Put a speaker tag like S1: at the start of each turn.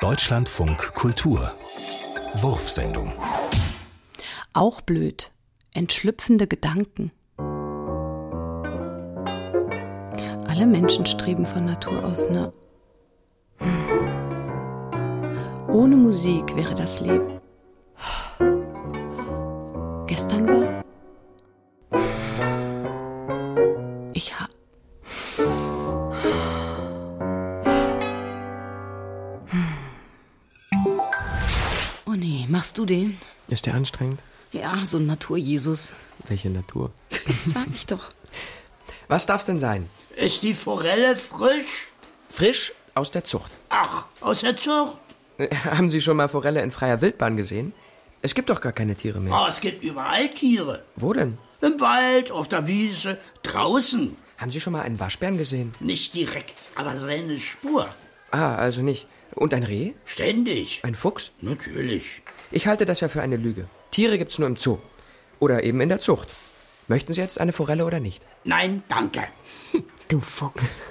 S1: Deutschlandfunk Kultur. Wurfsendung.
S2: Auch blöd. Entschlüpfende Gedanken. Alle Menschen streben von Natur aus ne? nach. Ohne Musik wäre das Leben. Gestern war. Ich ha. Hm. Oh nee, machst du den?
S3: Ist der anstrengend?
S2: Ja, so ein Natur-Jesus.
S3: Welche Natur?
S2: Sag ich doch.
S3: Was darf's denn sein?
S4: Ist die Forelle frisch?
S3: Frisch aus der Zucht.
S4: Ach, aus der Zucht?
S3: Äh, Haben Sie schon mal Forelle in freier Wildbahn gesehen? Es gibt doch gar keine Tiere mehr.
S4: Ah, es gibt überall Tiere.
S3: Wo denn?
S4: Im Wald, auf der Wiese, draußen.
S3: Haben Sie schon mal einen Waschbären gesehen?
S4: Nicht direkt, aber seine Spur.
S3: Ah, also nicht. Und ein Reh?
S4: Ständig.
S3: Ein Fuchs?
S4: Natürlich.
S3: Ich halte das ja für eine Lüge. Tiere gibt's nur im Zoo. Oder eben in der Zucht. Möchten Sie jetzt eine Forelle oder nicht?
S4: Nein, danke.
S2: Du Fuchs.